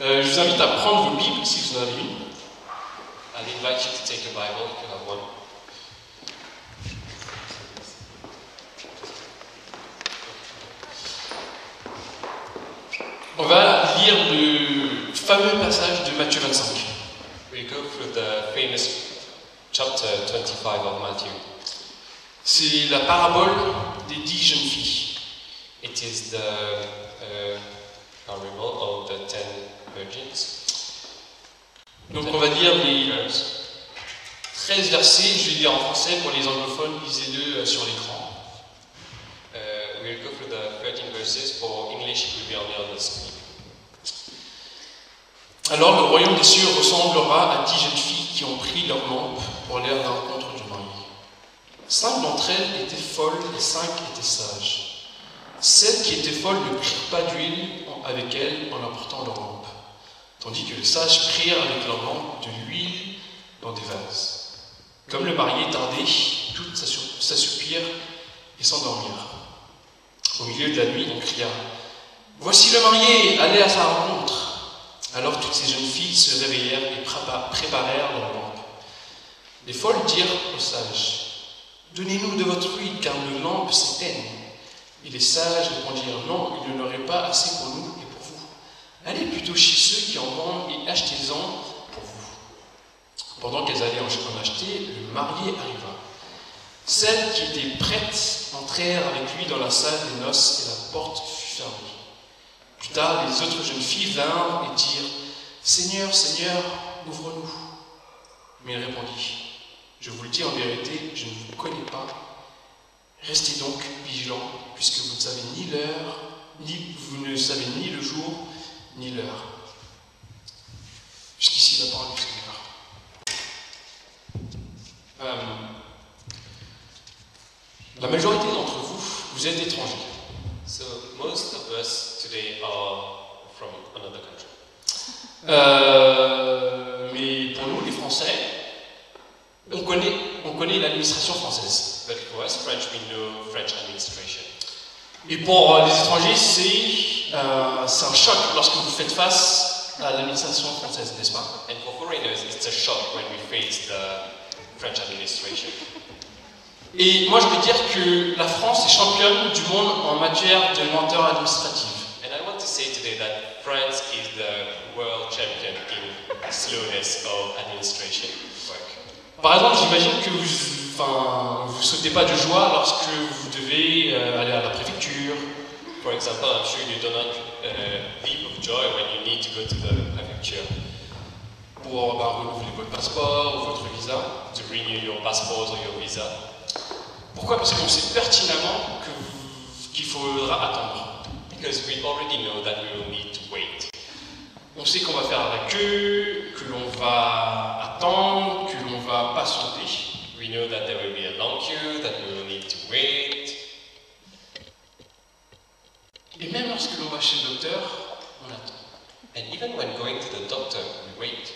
Euh, je vous invite à prendre vos Bibles si vous en avez une. I'd invite you to take your Bible if you have one. On va lire le fameux passage de Matthieu 25. We go through the famous chapter 25 of Matthew. C'est la parabole des dix jeunes filles. It is the uh, parable of the ten virgins. Donc on va dire les 13 versets, je vais lire en français pour les anglophones, lisez-le euh, sur l'écran. Uh, we'll go through the 13 verses. For English, it will be only on the screen. Alors le royaume des cieux ressemblera à dix jeunes filles qui ont pris leur lampe pour aller à la rencontre du mari. Cinq d'entre elles étaient folles et cinq étaient sages. Celles qui étaient folles ne prirent pas d'huile en- avec elles en apportant leur lampe, tandis que les sages prirent avec leur lampe de l'huile dans des vases. Comme le marié tardait, toutes s'assu- s'assoupirent et s'endormirent. Au milieu de la nuit, on cria Voici le marié, allez à sa rencontre. Alors toutes ces jeunes filles se réveillèrent et prépa- préparèrent leur lampe. Les folles dirent aux sages Donnez-nous de votre huile, car nos lampes s'éteignent. Et les sages répondirent Non, il n'y en aurait pas assez pour nous et pour vous. Allez plutôt chez ceux qui en vendent et achetez-en pour vous. Pendant qu'elles allaient en en acheter, le marié arriva. Celles qui étaient prêtes entrèrent avec lui dans la salle des noces et la porte fut fermée. Plus tard, les autres jeunes filles vinrent et dirent Seigneur, Seigneur, ouvre-nous. Mais il répondit Je vous le dis en vérité, je ne vous connais pas. Restez donc vigilants, puisque vous ne savez ni l'heure, ni vous ne savez ni le jour, ni l'heure. Jusqu'ici la parole du Seigneur. Euh, la majorité d'entre vous, vous êtes étrangers. So, most of us today are from another country. Euh, mais pour nous, les Français, on connaît, on connaît l'administration française. But for us French, we know French administration. Et pour euh, les étrangers, c'est euh, c'est un choc lorsque vous faites face à l'administration française, n'est-ce pas And for foreigners, it's a shock when we face the French administration. Et moi, je veux dire que la France est championne du monde en matière de lenteur administrative. And I want to say today that France is the world champion in slowness of administration work. Par exemple, j'imagine que vous enfin, vous sautez pas de joie lorsque vous devez euh, aller à la préfecture, For example, I'm sure you do not uh, leap of joy when you need to go to the prefecture pour bah, renouveler votre passeport ou votre visa. to renew your passport or your visa. Pourquoi Parce qu'on sait pertinemment que vous- qu'il faudra attendre. Because we already know that we will need to wait. On sait qu'on va faire la queue, que l'on va attendre, que l'on va patienter. We know that there will be a long queue, that we will need to wait. Et même lorsque l'on va chez le docteur, on attend. And even when going to the doctor, we wait.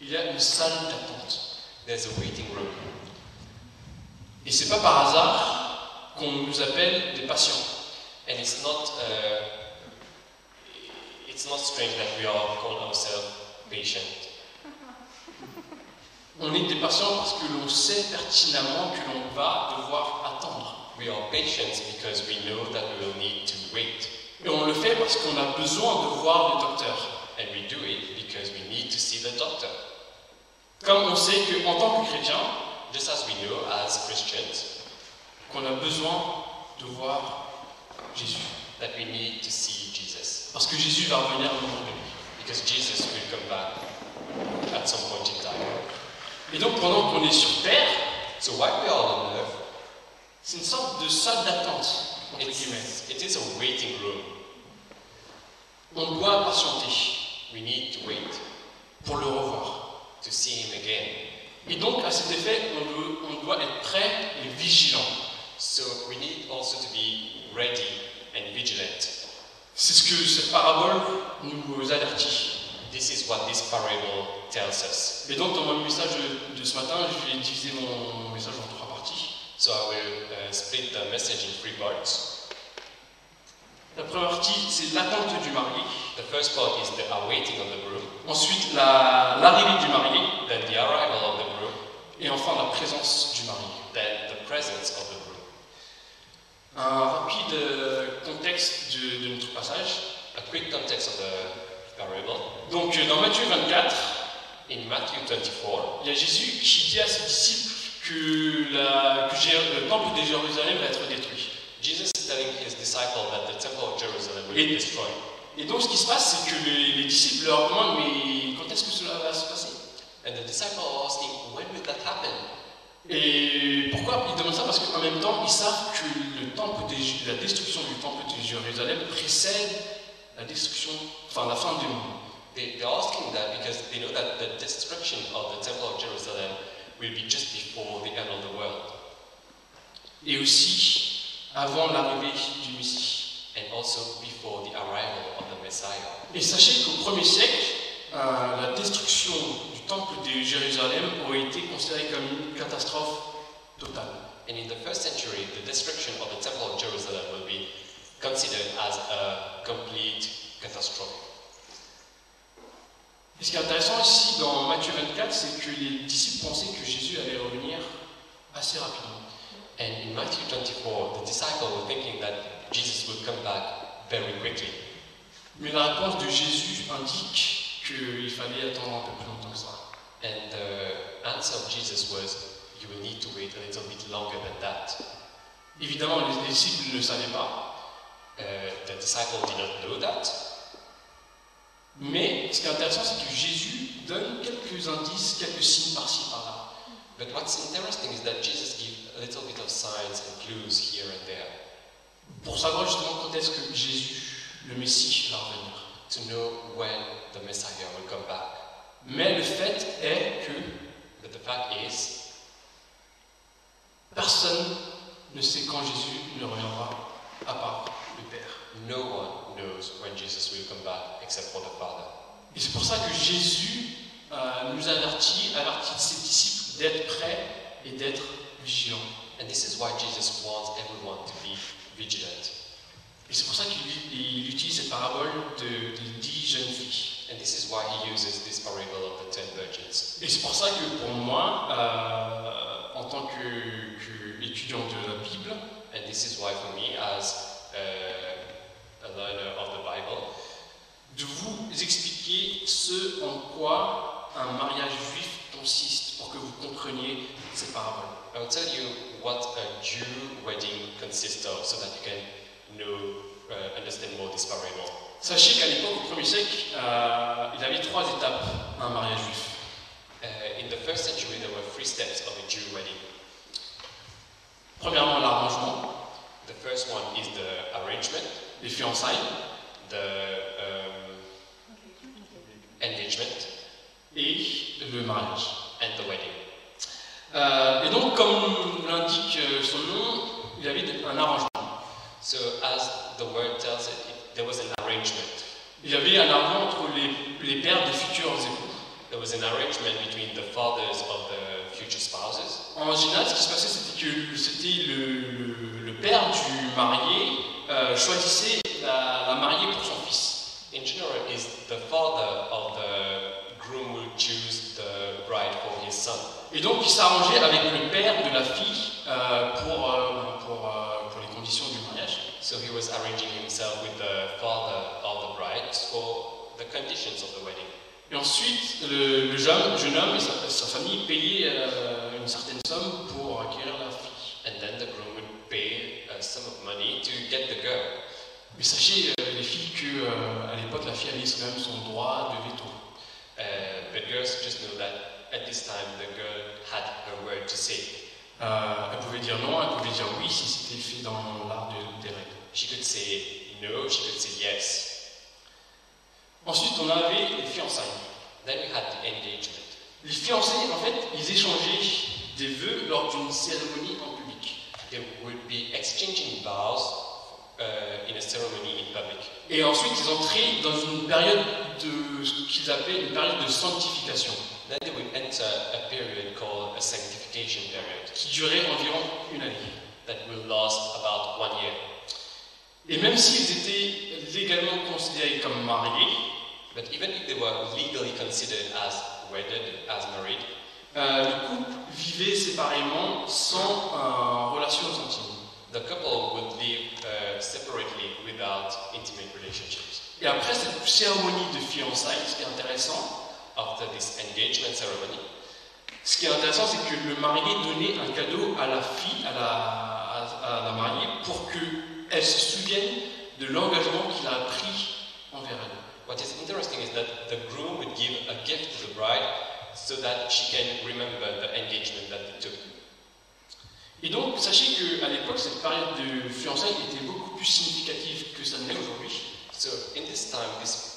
Il y a une salle d'attente. There's a waiting room. Et c'est pas par hasard qu'on nous appelle des patients. And it's not, uh, it's not strange that we all call ourselves patient. On est des patients parce que l'on sait pertinemment que l'on va devoir attendre. We are patients because we know that we will need to wait. Et on le fait parce qu'on a besoin de voir le docteur. And we do it because we need to see the doctor. Comme on sait qu'en tant que chrétien, Just as we know as Christians qu'on a besoin de voir Jésus. that we need to see Jesus. Parce que Jésus va revenir nous relever. Because Jesus will come back at some point in time. Et donc pendant qu'on est sur Terre, So while we are on earth, c'est une sorte de salle d'attente. entre guillemets. it's, it is a waiting room. On doit patienter We need to wait pour le revoir. to see him again. Et donc à cet effet, on doit, on doit être prêt et vigilant. So we need also to be ready and vigilant. C'est ce que cette parabole nous avertit. This is what this parable tells us. Et donc dans mon message de, de ce matin, je vais diviser mon message en trois parties. So I will uh, split the message in three parts. La première partie, c'est l'attente du marié. The first part is the awaiting of the groom, Ensuite, la- l'arrivée du marié. then the arrival of the groom, Et enfin, la présence du marié. then the presence of the groom. Un rapide euh, contexte de, de notre passage. A quick context of the parable. Donc, euh, dans Matthieu 24, In Matthew 24, il y a Jésus qui dit à ses disciples que, la- que Jé- le temple de Jérusalem va être détruit. Jesus is telling his disciple that the temple of Jerusalem will It- be destroyed. Et donc, ce qui se passe, c'est que les, les disciples leur demandent Mais quand est-ce que cela va se passer And the disciple are asking, when will that happen? Et pourquoi ils demandent ça Parce qu'en même temps, ils savent que le temple des- la destruction du temple de Jérusalem précède la destruction, enfin la fin du monde. They, they're asking that because they know that the destruction of the temple of Jerusalem will be just before the end of the world Et aussi avant l'arrivée du Messie. and also before the arrival of the Messiah. Et sachez qu'au premier siècle, euh, la destruction du temple de Jérusalem aurait été considérée comme une catastrophe totale. And in the first century, the destruction of the temple of Jerusalem will be considered as a complete catastrophe. Et ce qui est intéressant ici dans Matthieu 24, c'est que les disciples pensaient que Jésus allait revenir assez rapidement. And in Matthew 24, the disciples were thinking that Jesus would come back very quickly. Mais la réponse de Jésus indique qu'il fallait attendre un peu plus longtemps que ça. And the answer of Jesus was, you will need to wait a little bit longer than that. Évidemment, les disciples ne le savaient pas, Uh, the disciple did not know that, mais ce qui est intéressant, c'est que Jésus donne quelques indices, quelques signes par-ci par-là. But what's interesting is that Jesus gives a little bit of signs and clues here and there Pour savoir justement quand est-ce que Jésus, le Messie, va revenir. to know when the Messiah will come back. Mais le fait est que But the fact is, personne ne sait quand Jésus ne reviendra, à part le Père. no one knows when Jesus will come back except for the Father. Et c'est pour ça que Jésus euh, nous avertit, avertit ses disciples d'être prêts et d'être vigilants. And this is why Jesus wants everyone to be vigilant. Et c'est pour ça qu'il il utilise cette parabole de- des dix jeunes filles. And this is why he uses this parable of the ten virgins. Et c'est pour ça que pour moi, euh, en tant que- que étudiant de la Bible, And this is why, for me, as uh, a learner of the Bible, de vous expliquer ce en quoi un mariage juif consiste pour que vous compreniez ces paraboles. I will tell you what a Jew wedding consists of so that you can know, uh, understand more this parable. Sachez qu'à l'époque, au premier siècle, euh, il avait trois étapes à un mariage juif. Uh, in the first century, there were three steps of a Jew wedding. Premièrement, l'arrangement, The first one is the arrangement, les fiançailles, the um, engagement, et le mariage. and the wedding. Euh, et donc, comme l'indique euh, son nom, il avait des- un arrangement. So, as the word tells it, it- there was an arrangement. Il y avait un arrangement entre les, les pères des futurs époux. There was an arrangement between the fathers of the future spouses. En général, ce qui se passait, c'était que c'était le, le- le père du marié euh, choisissait la, la mariée pour son fils. In general, is the father of the groom will choose the bride for his son. Et donc, il s'arrangeait avec le père de la fille euh, pour, euh, pour, euh, pour les conditions du mariage. So he was arranging himself with the father of the bride for the conditions of the wedding. Et ensuite, le, le jeune, jeune homme et sa, sa famille payaient euh, une certaine somme pour acquérir la fille. And then the groom would pay a sum of money to get the girl. Mais sachez, euh, les filles, que euh, à l'époque, la fille avait quand même son droit de veto. Uh, but girls just know that at this time the girl had her word to say. Euh, elle pouvait dire non, elle pouvait dire oui si c'était fait dans l'art de- des règles. She could say no, she could say yes. Ensuite, on avait les fiançailles. Then we had the engagement. Les fiancés, en fait, ils échangeaient des vœux lors d'une cérémonie en public. They would be exchanging vows uh, in a ceremony in public. Et ensuite, ils entraient dans une période de ce qu'ils appelaient une période de sanctification, Then they would enter a period called a sanctification period qui durait environ une année. that will last about one year. Et même s'ils étaient légalement considérés comme mariés, But even if they were legally considered as wedded, as married, euh, le couple vivait séparément sans euh, relation intime. the couple would live uh, separately without intimate relationships. Et après cette cérémonie de fiançailles, ce qui est intéressant, After this engagement ceremony, ce qui est intéressant, c'est que le marié donnait un cadeau à la fille, à la, à- à la mariée, pour qu'elle se souvienne de l'engagement qu'il a pris envers elle. what is interesting is that the groom would give a gift to the bride so that she can remember the engagement that they took. Et donc, sachez qu'à l'époque, cette période de fiançailles était beaucoup plus significative que ça ne l'est aujourd'hui. So in this time, this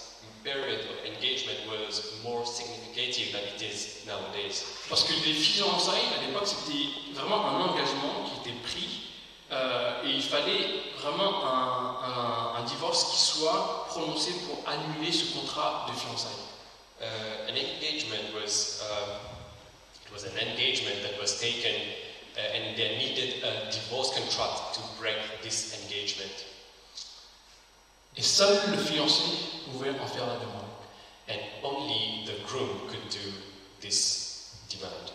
period of engagement was more significative than it is nowadays. Parce que les fiançailles, à l'époque, c'était vraiment un engagement qui était pris euh, et il fallait vraiment un, un- un divorce qui soit prononcé pour annuler ce contrat de fiançailles. Uh, an engagement was um, it was an engagement that was taken, uh, and there needed a divorce contract to break this engagement. Et seul le fiancé pouvait en faire la demande. And only the groom could do this demand.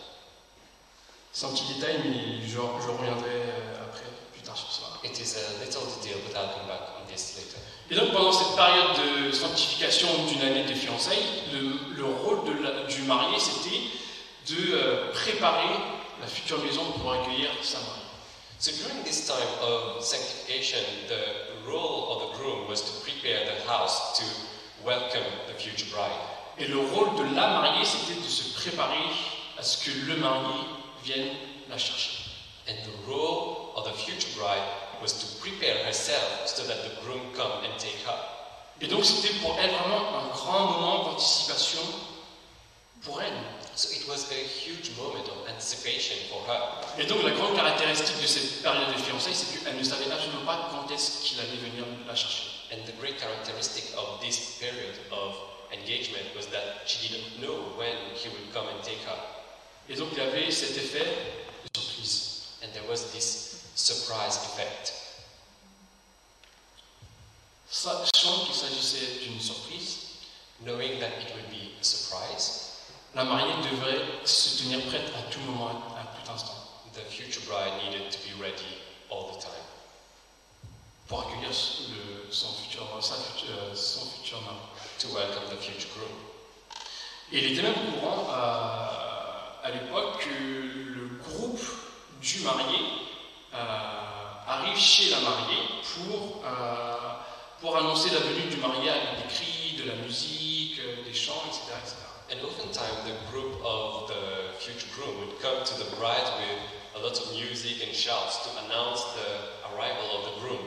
C'est un petit détail, mais je, je reviendrai euh, après, plus tard sur ça. It is a little detail, but I'll come back on this later. Et donc pendant cette période de sanctification d'une année des fiançailles, le, le rôle de la- du marié c'était de euh, préparer la future maison pour accueillir sa mariée. So during this time of sanctification, the role of the groom was to prepare the house to welcome the future bride. Et le rôle de la mariée c'était de se préparer à ce que le marié vienne la chercher. And the role of the future bride was to prepare herself so that the groom come and take her. Et donc c'était pour elle vraiment un grand moment d'anticipation pour elle. So it was a huge moment of anticipation for her. Et donc la grande caractéristique de cette période des fiançailles c'est qu'elle ne savait absolument pas quand est-ce qu'il allait venir la chercher. And the great characteristic of this period of engagement was that she didn't know when he would come and take her. Et donc il y avait cet effet de surprise. And there was this surprise effect. Sachant qu'il s'agissait d'une surprise, Knowing that it would be a surprise, la mariée devrait se tenir prête à tout moment, à tout instant, the future bride needed to be ready all the time pour accueillir le- son, futur, sa future- euh, son futur mari. to welcome the future groom. Et il était même au courant euh, à, à l'époque que le groupe du marié euh, arrive chez la mariée pour, euh, pour annoncer la venue du marié avec des cris, de la musique, euh, des chants, etc. etc. And oftentimes the group of the future groom would come to the bride with a lot of music and shouts to announce the arrival of the groom.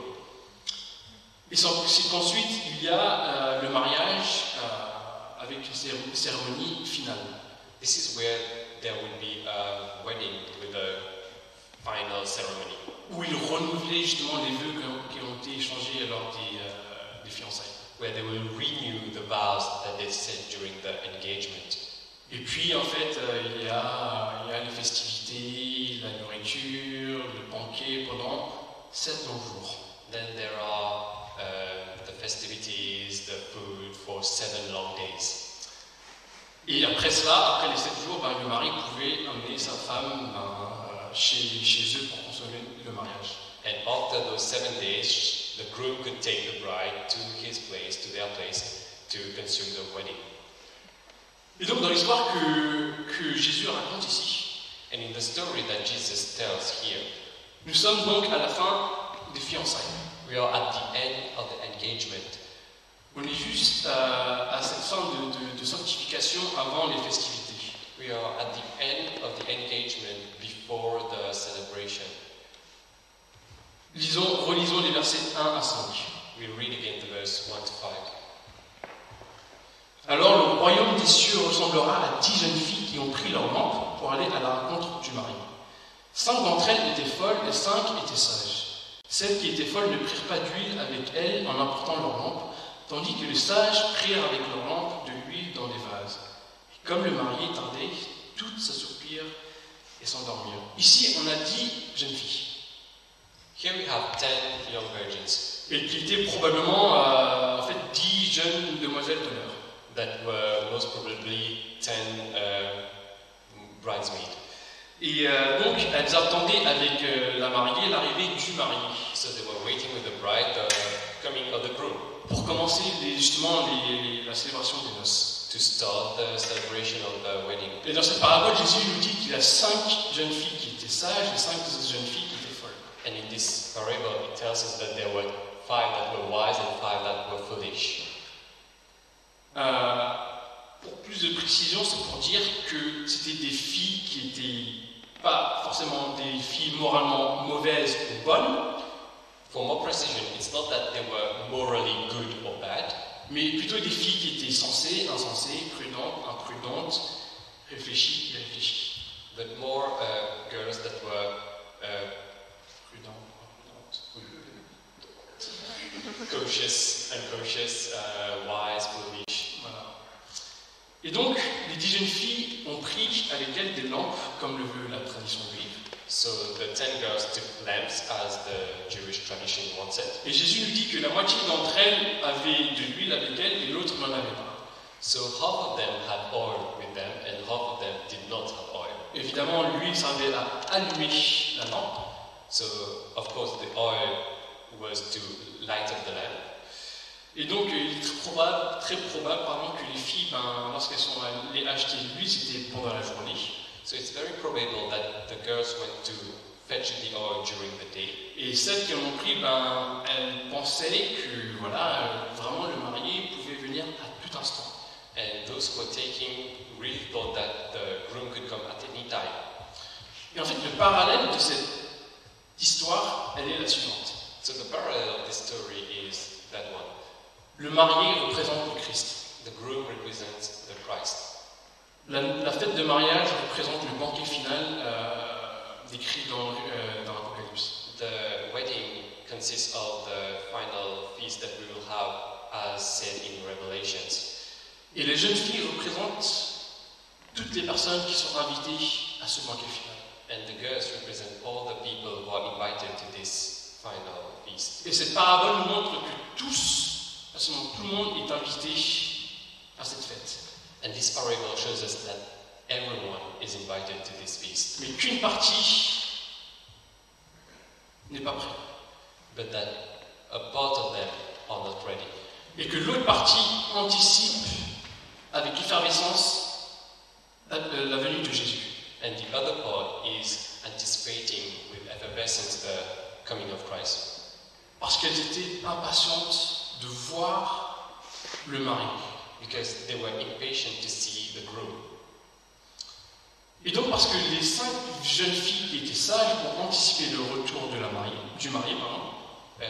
Et sans- c'est qu'ensuite, il y a euh, le mariage euh, avec une cér- cérémonie finale. This is where there would be a wedding with a final ceremony, Où il renouvelait justement les vœux qui ont- qui ont été échangés lors des, euh, des fiançailles. where they will renew the vows that they said during the engagement. Et puis, en fait, euh, il, y a, il y a les festivités, la nourriture, le banquet pendant sept longs jours. Then there are uh, the festivities, the food for seven long days. Et après cela, après les sept jours, ben, le mari pouvait emmener sa femme ben, euh, chez, chez eux pour consommer le mariage. And after those seven days, the groom could take the bride to his place, to their place, to consume the wedding. Et donc, dans l'histoire que, que Jésus raconte ici, And in the story that Jesus tells here, Nous sommes donc à la fin des fiançailles. we are at the end of the engagement. On est juste euh, à cette fin de, de- de sanctification avant les festivités. We are at the end of the engagement before the celebration. Lisons, relisons les versets 1 à 5. We read again the verse 1 to 5. Alors le royaume des cieux ressemblera à dix jeunes filles qui ont pris leur lampe pour aller à la rencontre du mari. Cinq d'entre elles étaient folles et cinq étaient sages. Celles qui étaient folles ne prirent pas d'huile avec elles en apportant leur lampe, tandis que les sages prirent avec leur lampe de l'huile dans des vases. Et comme le marié tardait, toutes s'assoupirent et s'endormirent. Ici, on a dit jeunes filles. Here we have 10 young virgins. et qui étaient probablement euh, en fait dix jeunes demoiselles d'honneur. that were most probably 10 uh, bridesmaids. Et euh, donc elles attendaient avec euh, la mariée l'arrivée du mari So they were waiting with the bride, the coming of the groom, pour commencer les- justement les- les- la célébration des noces. to start the celebration of the wedding. Et dans cette parabole, Jésus nous dit qu'il y a cinq jeunes filles qui étaient sages et cinq autres jeunes filles qui étaient folles. And in this parable, it tells us that there were five that were wise and five that were foolish. Euh, pour plus de précision, c'est pour dire que c'était des filles qui étaient pas forcément des filles moralement mauvaises ou bonnes, For more precision, it's not that they were morally good or bad, mais plutôt des filles qui étaient sensées, insensées, prudentes, imprudentes, réfléchies, irréfléchies. but more uh, girls that were uh, Prudentes, imprudentes. cautious, unconscious, uh, wise, foolish. Voilà. Et donc, les dix jeunes filles ont pris avec elles des lampes, comme le veut la tradition juive. So the ten girls took lamps as the Jewish tradition wants it. Et Jésus nous dit que la moitié d'entre elles avaient de l'huile avec elles et l'autre n'en avait pas. So half of them had oil with them, and half of them did not have oil. Évidemment, l'huile servait à allumer la lampe. So of course the oil was to light up the lamp. Et donc, euh, il est très probable, très probable pardon, que les filles, ben, lorsqu'elles sont allées acheter l'huile, c'était pendant la journée. So it's very probable that the girls went to fetch the oil during the day, Et celles qui en ont pris, ben, elles pensaient que voilà, euh, vraiment le marié pouvait venir à tout instant. and those who were taking really thought that the groom could come at any time. Et en fait, le parallèle de cette histoire, elle est la suivante. So the parallel of this story is that one. Le marié représente le Christ. The groom represents the Christ. La, la fête de mariage représente le banquet final euh, décrit dans, euh, dans l'Apocalypse. The wedding consists of the final feast that we will have as said in Revelations. Et les jeunes filles représentent toutes les personnes qui sont invitées à ce banquet final. And the girls represent all the people who are invited to this final feast. Et cette parabole nous montre que tous, absolument tout le monde est invité à cette fête. And this parable shows us that everyone is invited to this feast, mais qu'une partie n'est pas prête. but that a part of them are not ready. Et que l'autre partie anticipe avec effervescence la, euh, la venue de Jésus. And the other part is anticipating with effervescence the coming of Christ Parce qu'elles étaient impatientes de voir le mari. because they were impatient to see the groom. Et donc parce que les cinq jeunes filles qui étaient sages ont anticipé le retour de la mariée, du mari, pardon, Uh,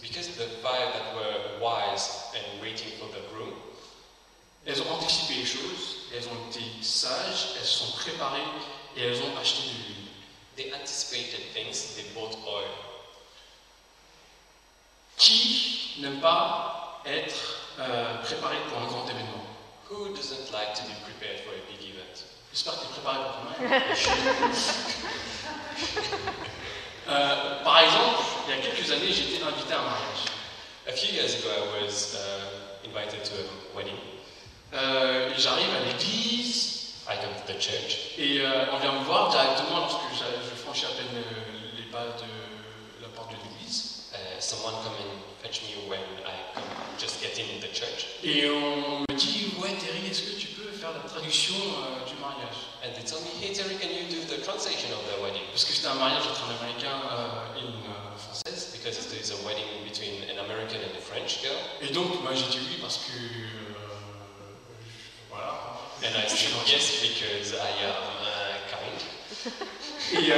because the five that were wise and waiting for the groom, elles ont anticipé les choses, elles ont été sages, elles se sont préparées et elles ont acheté de l'huile. they anticipated things, they bought oil. Qui n'aime pas être euh, préparé pour un grand événement Who doesn't like to be prepared for a big event? J'espère que tu es préparé pour demain. Euh, par exemple, il y a quelques années, j'étais invité à un mariage. A few years ago, I was uh, invited to a wedding. Euh, et J'arrive à l'église I come to the church, et euh, on vient me voir directement lorsque j'a- je franchis à peine euh, les pas de la porte de l'église. uh, someone come and fetch me when I come, just get in the church, Et on me dit Ouais, Terry, est-ce que tu peux faire la traduction euh, du mariage and they tell me, "Hey Terry, can you do the translation of the wedding?" Parce que c'était un mariage entre un américain euh, et une euh, française. Because there is a wedding between an American and a French girl, Et donc, moi, j'ai dit oui parce que. euh, je- voilà. and I said yes because I am uh, kind. Et, euh,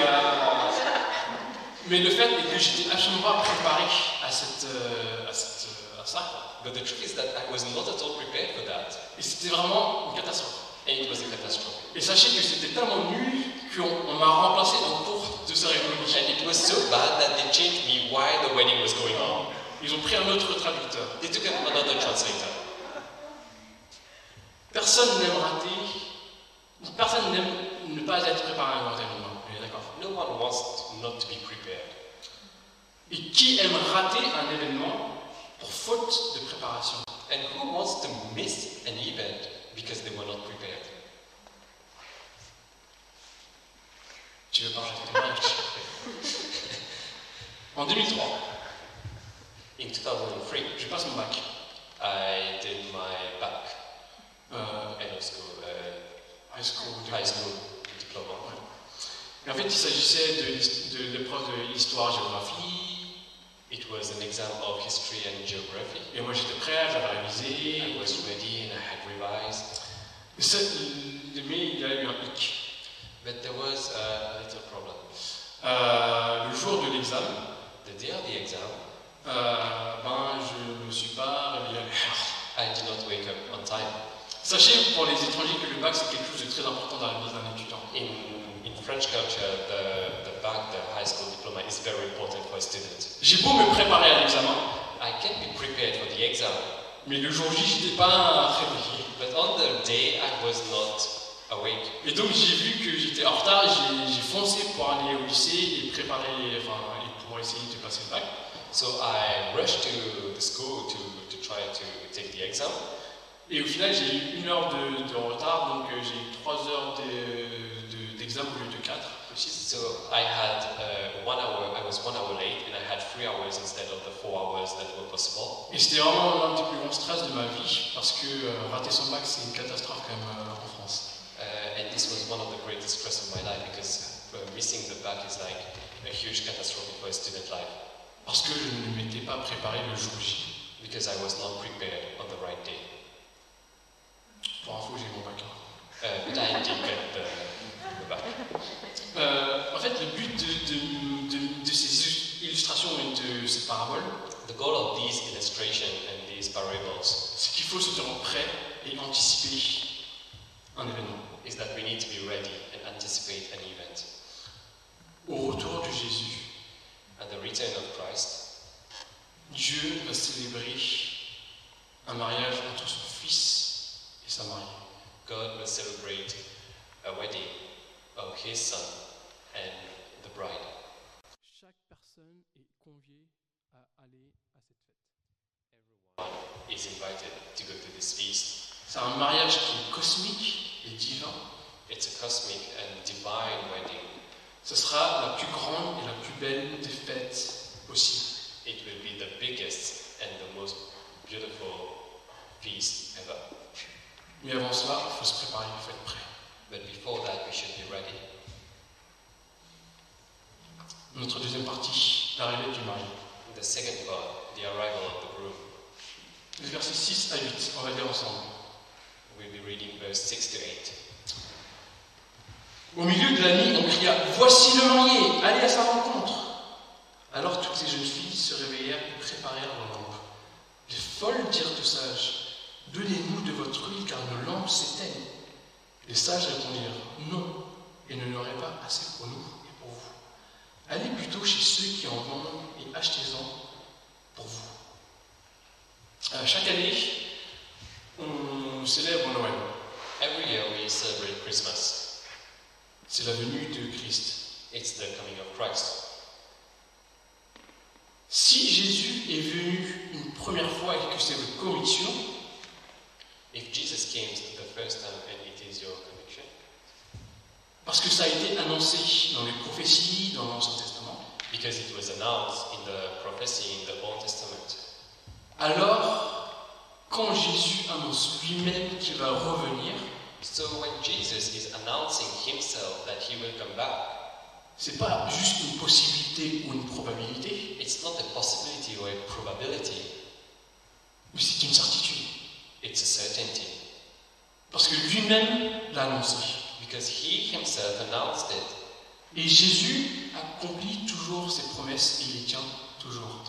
mais le fait est que j'étais absolument pas préparé à, cette, euh, à, cette, euh, à ça. quoi. But the truth is that I was not at all prepared for that, Et c'était vraiment une catastrophe. and it was a catastrophe. Et sachez que c'était tellement nul qu'on on m'a remplacé en cours de cérémonie. And it was so bad that they changed me while the wedding was going on. Ils ont pris un autre traducteur. They took another translator. Personne n'aime rater, personne n'aime ne pas être préparé à un grand événement. On est d'accord No one wants not to be prepared. Et qui aime rater un événement pour faute de préparation And who wants to miss an event because they were not prepared? Tu veux pas rater ton match En 2003, In 2003, je passe mon bac. I did my back Euh, end of school, uh, high school. de- high school diploma. Et en fait, il s'agissait de, l'his- de l'épreuve de l'histoire, géographie. It was an exam of history and geography. Et moi, j'étais prêt, j'avais I révisé. was ready and I had revised, Et ça, il- mais il a eu un hic. but there was a little problem. Euh, le jour de l'examen, The day of the exam, Euh, ben, je ne me suis pas réveillé à l'heure. I did not wake up on time. Sachez pour les étrangers que le bac c'est quelque chose de très important dans la vie d'un étudiant. In, in French culture, the, the bac, the high school diploma, is very important for a student. J'ai beau me préparer à l'examen, I can be prepared for the exam, mais le jour J, j'étais pas réveillé. but on the day I was not awake. Et donc j'ai vu que j'étais en retard, j'ai- j'ai foncé pour aller au lycée et préparer, enfin, et pour essayer de passer le bac. So I rushed to the school to, to try to take the exam, Et au final, j'ai eu une heure de, de retard, donc euh, j'ai eu trois heures de- de- d'examen au lieu de quatre. which is so I had uh, one hour, I was one hour late, and I had three hours instead of the four hours that were possible. Et c'était vraiment l'un des plus grands stress de ma vie, parce que euh, rater son bac, c'est une catastrophe quand même euh, en France. Uh, and this was one of the greatest stress of my life because uh, missing the bac is like a huge catastrophe for a student life. Parce que je ne m'étais pas préparé le jour J. because I was not prepared on the right day. Pour info, j'ai mon bac. hein. Uh, but I did get the, the back. Euh, en fait, le but de, de- de- de ces illustrations et de ces paraboles, The goal of these illustration and these parables c'est qu'il faut se tenir prêt et anticiper un événement. is that we need to be ready and anticipate an event. Au retour de Jésus, At the return of Christ, Dieu va célébrer un mariage entre son fils et sa mariée. God will celebrate a wedding of His Son and the bride. chaque personne est conviée à aller à cette fête. Is invited to go to this feast. C'est un mariage qui est cosmique et divin. It's a cosmic and divine wedding. Ce sera la plus grande et la plus belle des fêtes possibles. It will be the biggest and the most beautiful feast ever. Mais avant cela, il faut se préparer, il faut être prêt. But before that, we should be ready. Notre deuxième partie, l'arrivée du mari. The second part, the arrival of the groom, Les versets 6 à 8, on va lire ensemble. we'll be reading verse 6 to 8. Au milieu de la nuit, on cria Voici le marié, allez à sa rencontre. Alors toutes les jeunes filles se réveillèrent et préparèrent leurs lampes. Les folles dirent aux sages Donnez-nous de votre huile car nos lampes s'éteignent. Les sages répondirent Non, et ne n'aurez pas assez pour nous et pour vous. Allez plutôt chez ceux qui en vendent et achetez-en pour vous. Euh, chaque année, on célèbre Noël. Every year we celebrate Christmas. C'est la venue de Christ. It's the coming of Christ. Si Jésus est venu une première fois et que c'est votre conviction, If Jesus came the first time and it is your conviction, parce que ça a été annoncé dans les prophéties, dans l'Ancien Testament, because it was announced in the prophecy in the Old Testament, alors quand Jésus annonce lui-même qu'il va revenir, so when Jesus is announcing himself that he will come back, c'est pas juste une possibilité ou une probabilité, it's not a possibility or a probability, mais c'est une certitude. it's a certainty, Parce que lui-même l'a annoncé. because he himself announced it. Et Jésus accomplit toujours ses promesses et les tient toujours.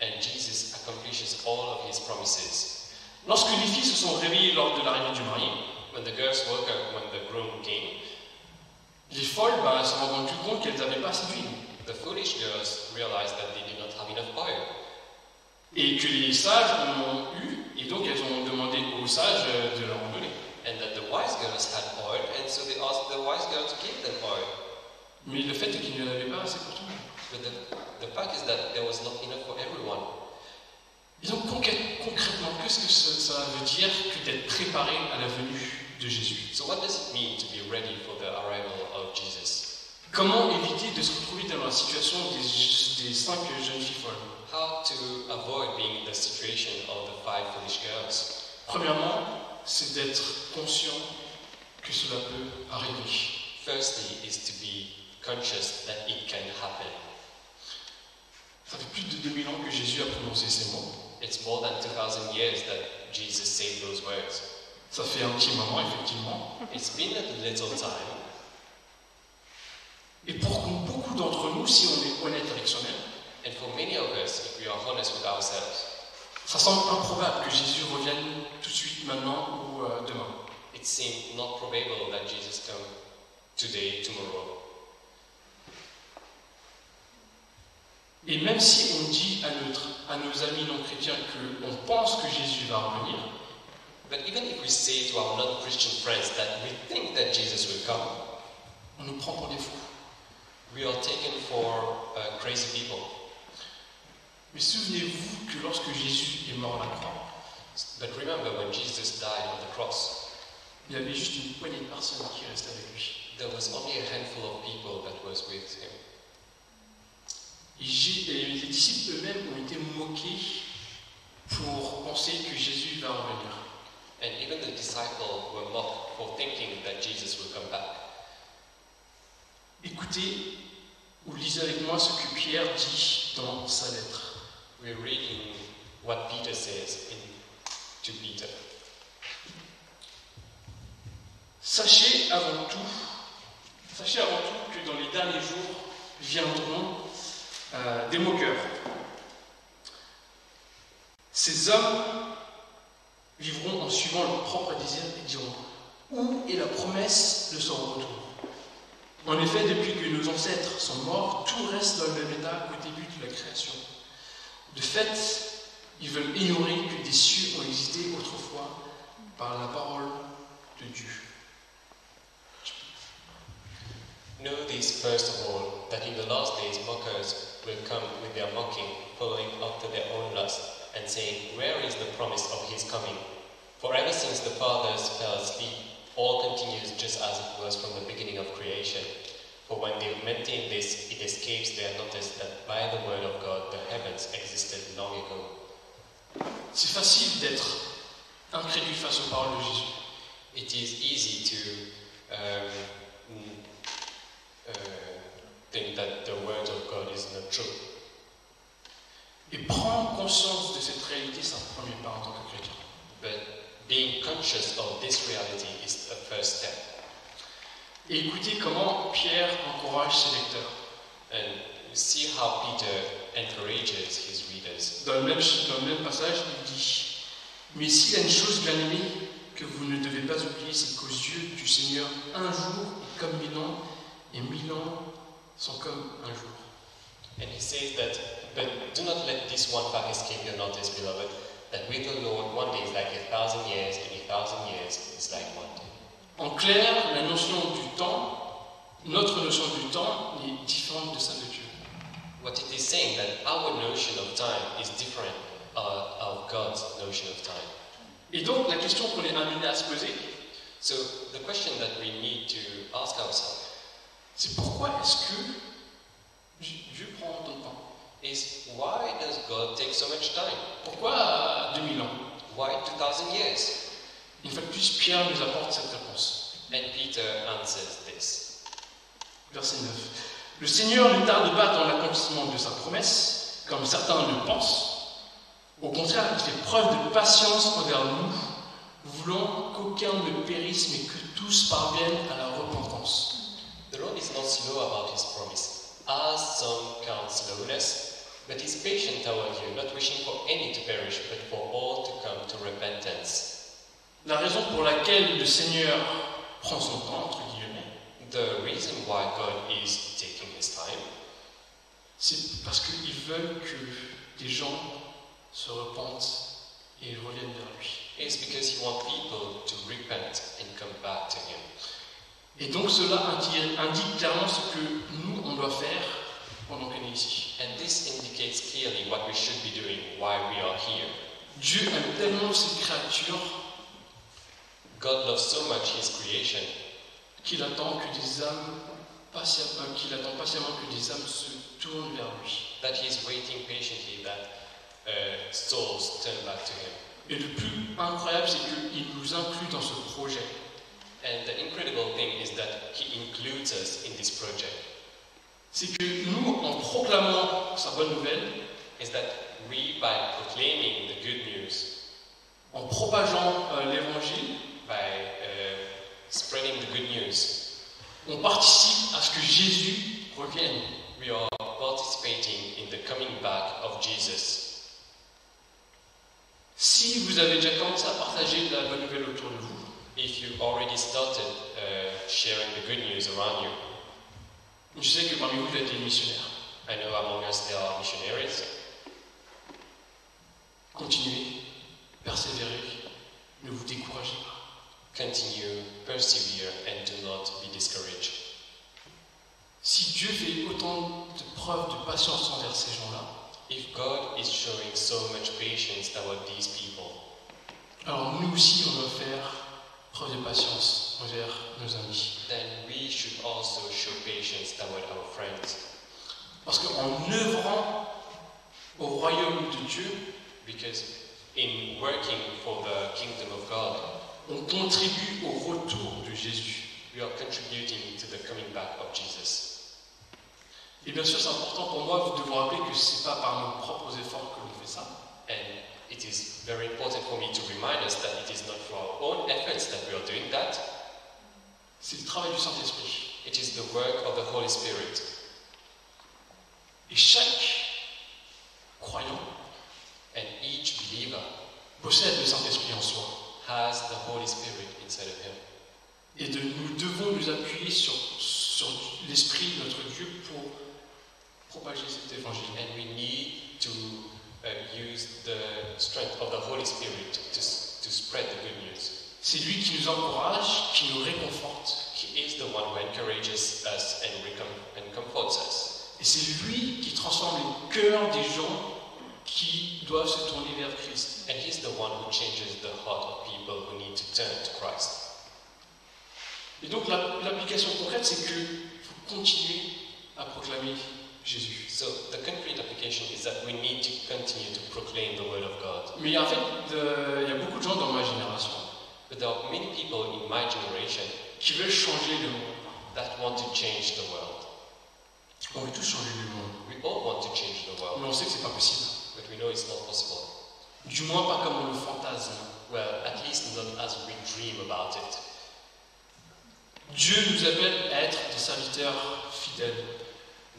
And Jesus accomplishes all of his promises. Lorsque les filles se sont réveillées lors de l'arrivée du mari, When the girls woke up, when the groom came, les folles bah, se sont rendues compte qu'elles n'avaient pas assez d'huile. the foolish girls realized that they did not have enough oil. et que les sages ont eu, et donc elles ont demandé aux sages euh, de leur en donner. And that the wise girls had oil, and so they asked the wise girl to give them oil. Mais le fait est qu'il n'y en avait pas assez pour tout le monde. But the, The fact is that there was not enough for everyone. Et donc concrè- concrètement, qu'est-ce que ce- ça veut dire que d'être préparé à la venue de Jésus So what does it mean to be ready for the arrival of Jesus? Comment éviter de se retrouver dans la situation des, des cinq jeunes filles folles How to avoid being in the situation of the five foolish girls? Premièrement, c'est d'être conscient que cela peut arriver. Firstly, is to be conscious that it can happen. Ça fait plus de 2000 ans que Jésus a prononcé ces mots. It's more than 2,000 years that Jesus said those words. Ça fait un petit moment, effectivement. It's been a little time, Et pour beaucoup d'entre nous, si on est honnête avec soi-même, and for many of us, if we are honest with ourselves, ça semble improbable que Jésus revienne tout de suite, maintenant ou euh, demain. it seems not probable that Jesus come today, tomorrow. Et même si on dit à, notre, à nos amis non chrétiens qu'on pense que Jésus va revenir, But even if we say to our non-Christian friends that we think that Jesus will come, on nous prend pour des fous. we are taken for uh, crazy people. Mais souvenez-vous que lorsque Jésus est mort à la croix, But remember, when Jesus died on the cross, il y avait juste une poignée de personnes qui restaient avec lui. there was only a handful of people that was with him. Et, Jé- et les disciples eux-mêmes ont été moqués pour penser que Jésus va revenir. And even the disciples were mocked for thinking that Jesus will come back. Écoutez ou lisez avec moi ce que Pierre dit dans sa lettre. We're reading what Peter says in, to Peter. Sachez avant tout, sachez avant tout que dans les derniers jours viendront euh, des moqueurs. Ces hommes vivront en suivant leur propre désir et diront Où est la promesse de son retour En effet, depuis que nos ancêtres sont morts, tout reste dans le même état qu'au début de la création. De fait, ils veulent ignorer que des cieux ont existé autrefois par la parole de Dieu. Know this first of all, that in the last days mockers will come with their mocking, following after their own lust, and saying, Where is the promise of his coming? For ever since the fathers fell asleep, all continues just as it was from the beginning of creation. For when they maintain this, it escapes their notice that by the word of God the heavens existed long ago. C'est facile d'être incrédule face aux paroles de Jésus. It is easy to um, mm, uh, think that the word of God is not true. Et prendre conscience de cette réalité, c'est un premier pas en tant que chrétien. But being conscious of this reality is a first step. Et écoutez comment Pierre encourage ses lecteurs. And see how Peter encourages his readers. Dans le même, dans le même passage, il dit Mais s'il y a une chose bien aimée que vous ne devez pas oublier, c'est qu'aux yeux du Seigneur, un jour est comme mille ans, et mille ans sont comme un jour. And he says that, but do not let this one fact escape your notice, beloved, that with the Lord one day is like a thousand years, and a thousand years is like one day. En clair, la notion du temps, notre notion du temps, est différente de celle de Dieu. What it is saying that our notion of time is different uh, of God's notion of time. Et donc, la question qu'on est amené à se poser, So the question that we need to ask ourselves c'est pourquoi est-ce que J- Dieu prend autant de temps is why does God take so much time? Pourquoi euh, 2000 ans Why 2,000 years? Une fois de plus, Pierre nous apporte cette réponse. And Peter answers this. Verset 9. Le Seigneur ne tarde pas dans l'accomplissement de sa promesse, comme certains le pensent. Au contraire, il fait preuve de patience envers nous, voulant qu'aucun ne périsse, mais que tous parviennent à la repentance. The Lord is not slow about his promise, as some count slowness, but is patient toward you, not wishing for any to perish, but for all to come to repentance. La raison pour laquelle le Seigneur prend son temps, entre guillemets, The reason why God is taking his time C'est parce qu'ils veulent que des gens se repentent et reviennent vers lui. is because he wants people to repent and come back to him. Et donc cela indi- indique clairement ce que nous, on doit faire pendant qu'on est ici. And And this indicates clearly what we should be doing, why we are here. Dieu aime tellement ses créatures God loves so much His creation qu'il attend que des âmes patiemment, euh, qu'il attend patiemment que des âmes se tournent vers lui. that He is waiting patiently that uh, souls turn back to Him. Et le plus incroyable, c'est qu'il nous inclut dans ce projet. And the incredible thing is that He includes us in this project. C'est que nous, en proclamant sa bonne nouvelle, Is that we, by proclaiming the good news, en propageant euh, l'évangile, by uh, spreading the good news, on participe à ce que Jésus revienne. we are participating in the coming back of Jesus. Si vous avez déjà commencé à partager la bonne nouvelle autour de vous, If you already started uh, sharing the good news around you, je sais que parmi vous, vous êtes des missionnaires. I know among us there are missionaries. Continuez, persévérez, ne vous découragez pas. Continue, persevere, and do not be discouraged. Si Dieu fait autant de preuves de patience envers ces gens-là, If God is showing so much patience toward these people, alors nous aussi, on doit faire preuve de patience envers nos amis. then we should also show patience toward our friends. Parce qu'en œuvrant au royaume de Dieu, Because in working for the kingdom of God, on contribue au retour de Jésus. we are contributing to the coming back of Jesus. Et bien sûr, c'est important pour moi de vous rappeler que ce n'est pas par nos propres efforts que l'on fait ça. And it is very important for me to remind us that it is not for our own efforts that we are doing that, C'est le travail du Saint-Esprit. it is the work of the Holy Spirit. Et chaque croyant And each believer possède le Saint-Esprit en soi. has the Holy Spirit inside of him. Et de- nous devons nous appuyer sur, sur l'Esprit de notre Dieu pour propager cet évangile. And we need to uh, use the strength of the Holy Spirit to, s- to spread the good news. C'est lui qui nous encourage, qui nous réconforte. He is the one who encourages us and, recom- and comforts us. Et c'est lui qui transforme le cœur des gens qui doivent se tourner vers Christ. And He's the one who changes the heart of people who need to turn to Christ. Et donc la- l'application concrète, c'est que faut continuer à proclamer Jésus. So the concrete application is that we need to continue to proclaim the Word of God. Mais en fait, de- il y a beaucoup de gens dans ma génération But there are many people in my generation qui veulent changer le monde. that want to change the world. On veut tous changer le monde. We all want to change the world, Mais on sait que c'est pas possible. but we know it's not possible. Du moins pas comme on le fantasme. Well, at least not as we dream about it. Dieu nous appelle à être des serviteurs fidèles.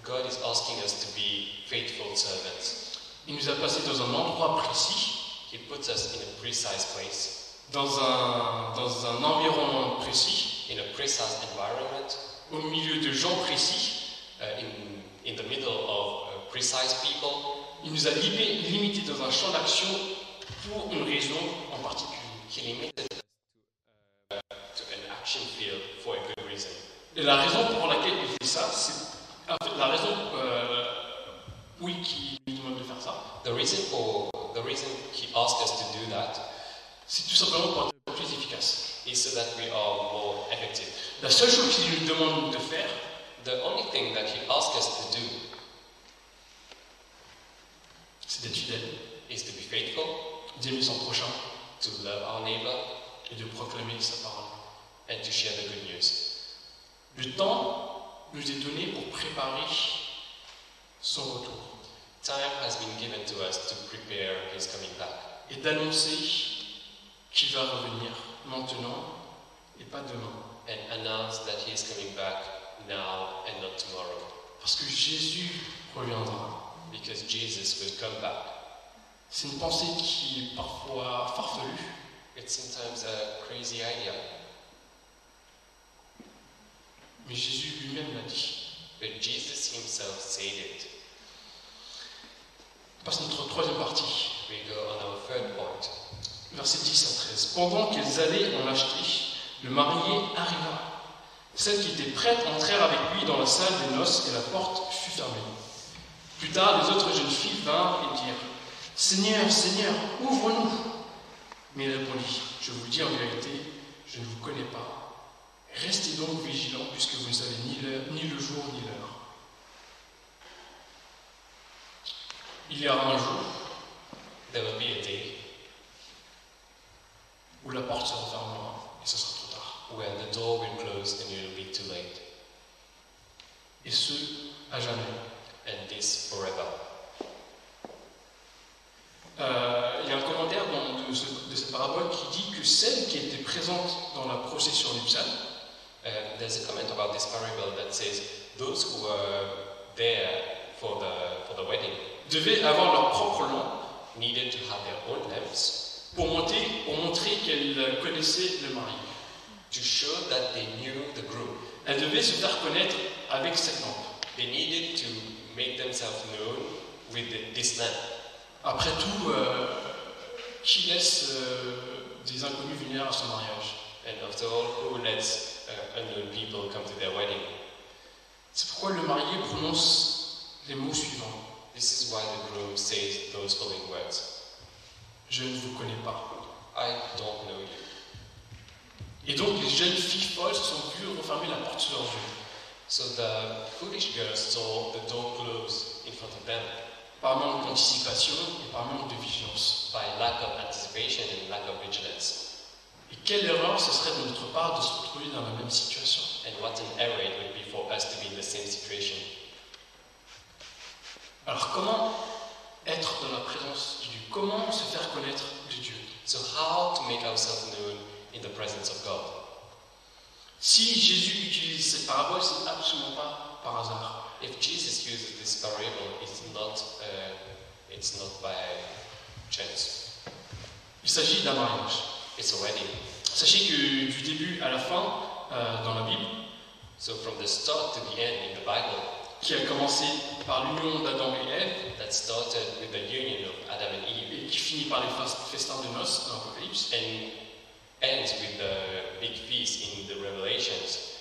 God is asking us to be faithful servants. Il nous a placés dans un endroit précis, He puts us in a precise place, dans un, dans un environnement précis, in a precise environment, au milieu de gens précis. uh, in, in the middle of uh, precise people. Il nous a libé- limités dans un champ d'action pour une raison en particulier. He limited us to, uh, to an action field for a good reason. Et la raison pour laquelle il fait ça, c'est en fait, la raison euh, oui qui nous demande de faire ça, The reason for the reason he asked us to do that c'est tout simplement pour être plus efficace. is so that we are more effective. La seule chose qu'il nous demande de faire, The only thing that he asks us to do c'est d'être fidèle, is to be faithful, d'aimer son prochain to love our neighbor, et de proclamer sa parole. and to share the good news. Le temps nous est donné pour préparer son retour Time has been given to us to prepare his coming back. et d'annoncer qu'il va revenir maintenant et pas demain. and announce that he is coming back now and not tomorrow Parce que Jésus reviendra. because Jesus will come back. C'est une pensée qui est parfois farfelue, It's sometimes a crazy idea, mais Jésus lui-même l'a dit. but Jesus himself said it. On passe à notre troisième partie, We go on our third point. versets 10 à 13. Pendant qu'elles allaient en acheter, le marié arriva. Celles qui étaient prêtes entrèrent avec lui dans la salle des noces et la porte fut fermée. Plus tard, les autres jeunes filles vinrent et dirent Seigneur, Seigneur, ouvre-nous. Mais il répondit Je vous le dis en vérité, je ne vous connais pas. Restez donc vigilants, puisque vous ne savez ni, l'heure- ni le jour ni l'heure. Il y a un jour There will be a day où la porte se refermera et ce sera trop tard. where the door will close and you'll be too late. Et ce, à jamais. And this forever. Euh, il y a un commentaire dans- de, ce- de cette parabole qui dit que celle qui était présente dans la procession du psalme, Um, there's a comment about this parable that says those who were there for the for the wedding devaient avoir leur propre lampe needed to have their own lamps pour, monter, pour montrer qu'elle connaissait le mari. to show that they knew the groom. Elle devait se faire connaître avec cette lampe. They needed to make themselves known with the, this lamp. Après tout, euh, qui laisse euh, des inconnus venir à son mariage And after all, who lets uh, unknown people come to their wedding? C'est pourquoi le marié prononce les mots suivants. This is why the groom says those following words: Je ne vous connais pas. "I don't know you." Et donc les jeunes filles folles se sont vues refermer la porte sous leurs yeux. So the foolish girls saw the door close in front of them Par manque d'anticipation et par manque de vigilance. by lack of anticipation and lack of vigilance. Et quelle erreur ce serait de notre part de se retrouver dans la même situation. And what an error it would be for us to be in the same situation. Alors comment être dans la présence de Dieu Comment se faire connaître de Dieu So, how to make ourselves known in the presence of God? Si Jésus utilise cette parabole, c'est absolument pas par hasard. If Jesus uses this parable, it's not, uh, it's not by chance. Il s'agit d'un mariage. It's a wedding. Sachez que du début à la fin, euh, dans la Bible, So, from the start to the end in the Bible, qui a commencé par l'union d'Adam et Ève that started with the union of Adam and Eve et qui finit par les fas- festins de noces dans l'Apocalypse, and ends with the big feast in the Revelations,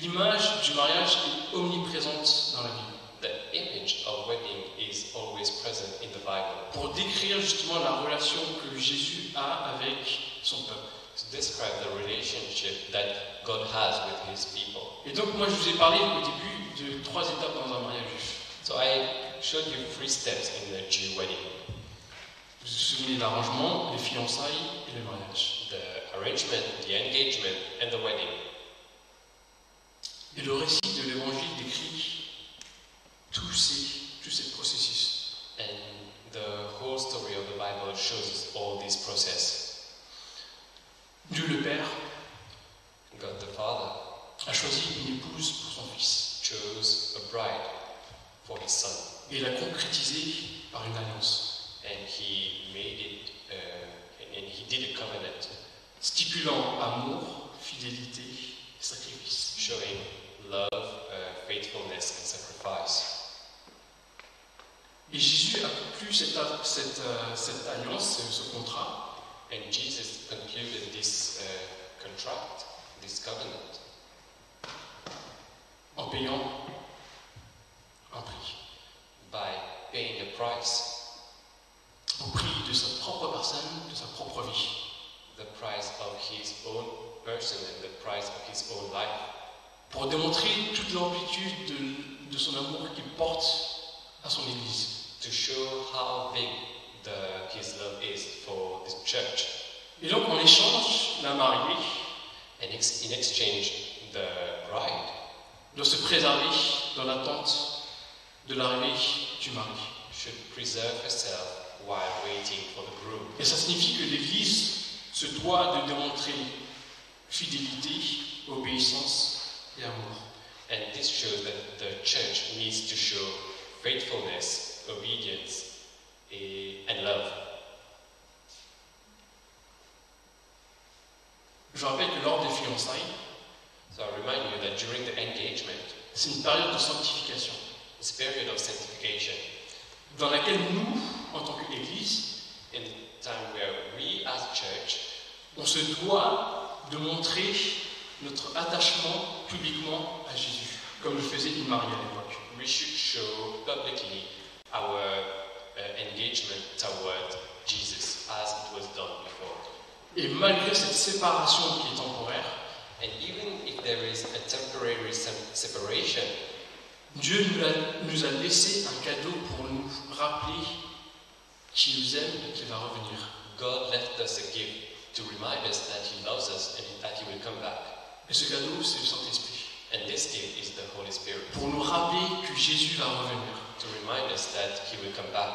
l'image du mariage est omniprésente dans la Bible the image of wedding is always present in the Bible pour décrire justement la relation que Jésus a avec son peuple. to describe the relationship that God has with His people. Et donc moi je vous ai parlé au début de trois étapes dans un mariage juif. So I showed you three steps in the Jew wedding: Vous vous souvenez de l'arrangement, les fiançailles et le mariage. the arrangement, the engagement, and the wedding. Et le récit de l'évangile décrit tous ces, tous ces processus. And the whole story of the Bible shows us all this process. Dieu le Père God the Father a choisi une épouse pour son fils chose a bride for His Son, et l'a concrétisée par une alliance, and He made it, uh, and, and He did a covenant stipulant amour, fidélité et sacrifice. showing love, uh, faithfulness, and sacrifice. Et Jésus a conclu cette, a- cette, euh, cette alliance, ce- ce contrat, And Jesus concluded this uh, contract, this covenant, en payant un prix, by paying a price. au prix de sa propre personne, de sa propre vie. the price of his own person and the price of his own life pour démontrer toute l'amplitude de, de son amour qu'il porte à son Église. to show how big the, his love is for the church. Et donc en échange, la mariée And ex- in exchange, the bride doit se préserver dans l'attente de l'arrivée du mari. should preserve herself while waiting for the groom. Et ça signifie que l'Église se doit de démontrer fidélité, obéissance et amour. And this shows that the church needs to show faithfulness, obedience, eh, and love. Je rappelle que lors des fiançailles, So I remind you that during the engagement, c'est une période de sanctification this period of sanctification, dans laquelle nous, en tant qu'Église, in the time where we as church on se doit de montrer notre attachement publiquement à Jésus. comme le faisait une mariée à l'époque. We should show publicly our uh, engagement toward Jesus as it was done before. Et malgré cette séparation qui est temporaire, And even if there is a temporary se- separation, Dieu nous a, nous a laissé un cadeau pour nous rappeler qu'il nous aime et qu'il va revenir. God left us a gift to remind us that He loves us and that He will come back. Et ce cadeau, c'est le Saint-Esprit. And this gift is the Holy Spirit Pour nous rappeler que Jésus va revenir. to remind us that He will come back.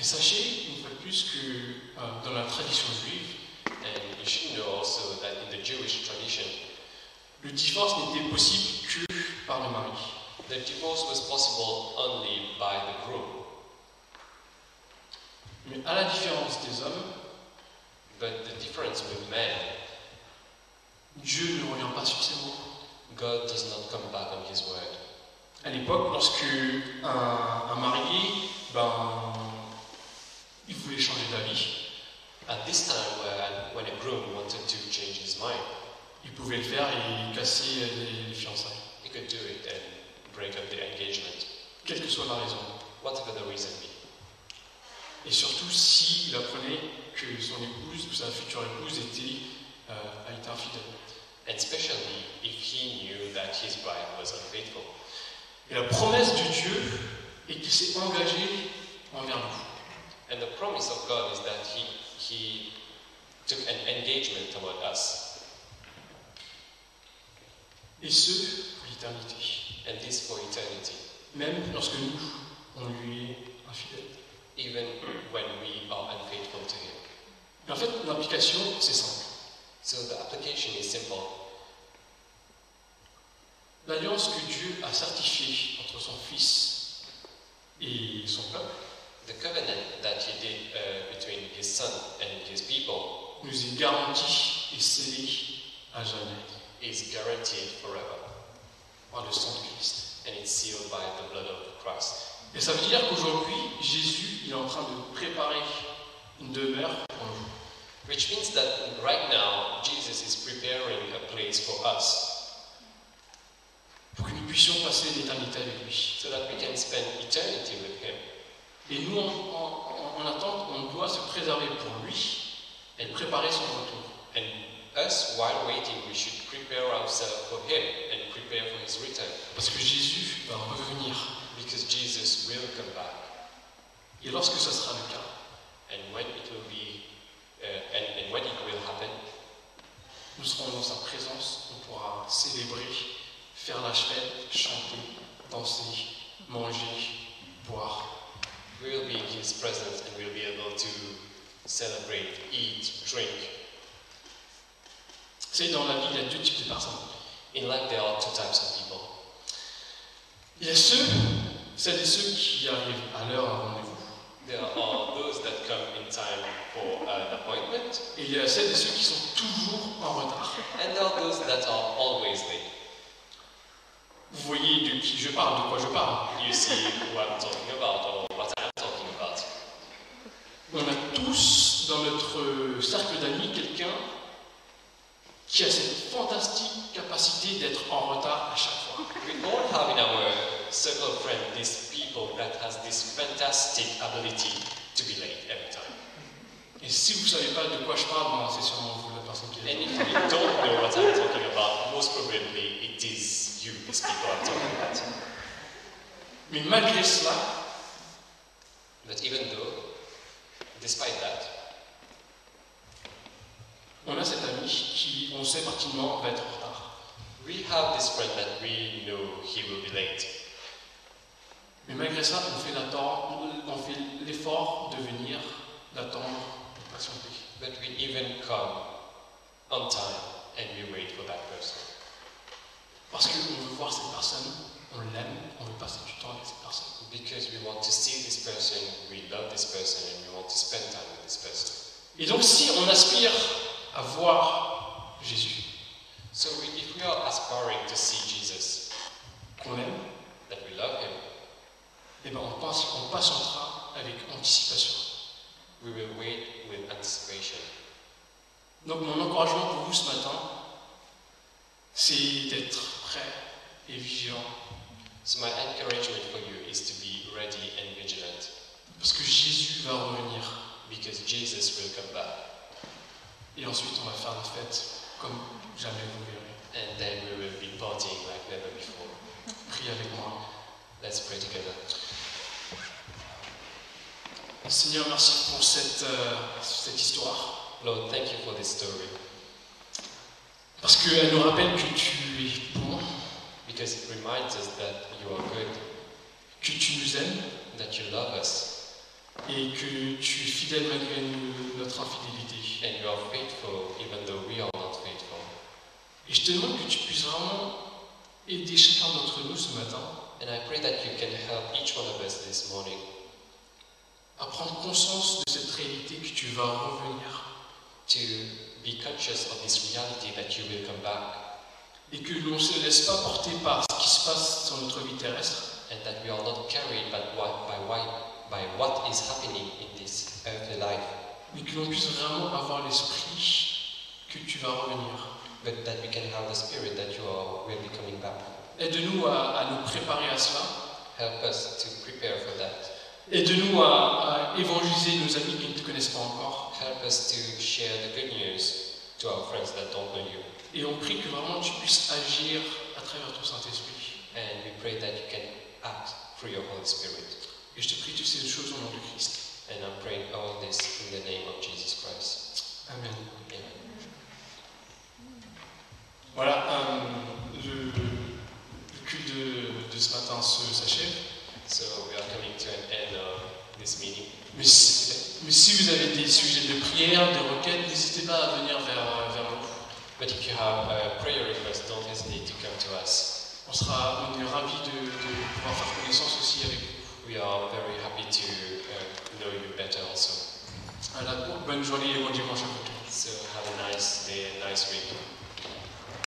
Et sachez, une fois de plus, que euh, dans la tradition juive, And you should know also that in the Jewish tradition, le divorce n'était possible que par le mari. the divorce was possible only by the groom. Mais à la différence des hommes, But the difference with men, Dieu ne revient pas sur ses mots. God does not come back on His word. À l'époque, lorsque un, un marié, ben, il voulait changer d'avis, At this time, when, when a groom wanted to change his mind, il pouvait le faire et casser les, les fiançailles, he could do it and break up the engagement, quelle que soit la raison. whatever the reason be. Et surtout s'il apprenait que son épouse ou sa future épouse était, euh, a été infidèle. And especially if he knew that his bride was unfaithful. Et la promesse de Dieu est qu'il s'est engagé envers nous. And the promise of God is that he, he took an engagement toward us, Et ce, pour l'éternité. and this for eternity, Même lorsque nous, on lui est infidèles. even when we are unfaithful to him. Mais en fait, l'implication, c'est simple. So the application is simple. L'alliance que Dieu a certifiée entre son Fils et son peuple The covenant that he did uh, between his son and his people nous est garantie et scellée à jamais is guaranteed forever. par le sang de Christ. and it's sealed by the blood of Christ. Et ça veut dire qu'aujourd'hui, Jésus il est en train de préparer une demeure pour nous. Which means that right now, Jesus is preparing a place for us pour que nous puissions passer l'éternité avec lui. so that we can spend eternity with Him. Et nous, en, en- en- en attente, on doit se préserver pour lui et préparer son retour. And us, while waiting, we should prepare ourselves for Him and prepare for His return Parce que Jésus va revenir. because Jesus will come back. Et lorsque ce sera le cas, And when it will be, uh, and, and when it will happen, nous serons dans sa présence, on pourra célébrer, faire la fête, chanter, danser, manger, boire. we will be in His presence and we'll be able to celebrate, eat, drink. C'est dans la vie, il y a deux types de personnes. In life, there are two types of people. Il y a ceux, celles et ceux qui arrivent à l'heure à un rendez-vous. There are those that come in time for an appointment, Et il y a celles et ceux qui sont toujours en retard. and there are those that are always late. Vous voyez de qui je parle, de quoi je parle. You see who I'm talking about or what I'm talking about. On a tous dans notre cercle d'amis quelqu'un qui a cette fantastique capacité d'être en retard à chaque fois. We all have in our circle of friends these people that has this fantastic ability to be late every time. Et si vous ne savez pas de quoi je parle, ben, c'est sûrement vous la personne qui est. And if you don't know what I'm talking about, most probably it is you, these people I'm talking about. Mais malgré cela, But even though, despite that, on a cet ami qui, on sait pertinemment, va être en retard. we have this friend that we know he will be late. Mais malgré ça, on fait l'attente- on fait l'effort de venir, d'attendre, de patienter. But we even come on time and we wait for that person Parce qu'on veut voir cette personne, on l'aime, on veut passer du temps avec cette personne. because we want to see this person, we love this person, and we want to spend time with this person. Et donc si on aspire à voir Jésus, So we, if we are aspiring to see Jesus, qu'on aime, that we love him, eh ben on, pense, on patientera avec anticipation. we will wait with anticipation. Donc mon encouragement pour vous ce matin, c'est d'être prêt et vigilant, So my encouragement for you is to be ready and vigilant parce que Jésus va revenir. because Jesus will come back Et ensuite, on va faire la fête comme jamais vous verrez. and then we will be partying like never before. Prie avec moi. Let's pray together. Seigneur, merci pour cette, euh, cette histoire, Lord, thank you for this story parce qu'elle nous rappelle que tu es bon, because it reminds us that you are good, que tu nous aimes that you love us, et que tu es fidèle malgré nous- notre infidélité. and you are faithful even though we are not faithful. Et je te demande que tu puisses vraiment aider chacun d'entre nous ce matin And I pray that you can help each one of us this morning à prendre conscience de cette réalité que tu vas revenir to be conscious of this reality that you will come back et que l'on ne se laisse pas porter par ce qui se passe sur notre vie terrestre, and that we are not carried by what, by, why, by what is happening in this earthly life, mais que l'on puisse vraiment avoir l'esprit que tu vas revenir. but that we can have the spirit that you are, will be coming back. Aide-nous à- à nous préparer à cela. Help us to prepare for that. Aide-nous à, à évangéliser nos amis qui ne te connaissent pas encore. Help us to share the good news to our friends that don't know you. Et on prie que vraiment tu puisses agir à travers ton Saint-Esprit. And we pray that you can act through your Holy Spirit. Et je te prie toutes ces choses au nom de Christ. And I'm praying all this in the name of Jesus Christ. Amen. Amen. Voilà, euh, le, le culte de, de ce matin se- s'achève. So we are coming to an end of this meeting. Mais, si- mais si vous avez des sujets de prière, de requêtes, n'hésitez pas à venir vers, euh, vers nous. But if you have a prayer request, don't hesitate to come to us. On, sera, on est ravis de, de pouvoir faire connaissance aussi avec vous. We are very happy to uh, know you better also. euh, Voilà, bonne journée et bon dimanche à vous tous. So have a nice day and nice week.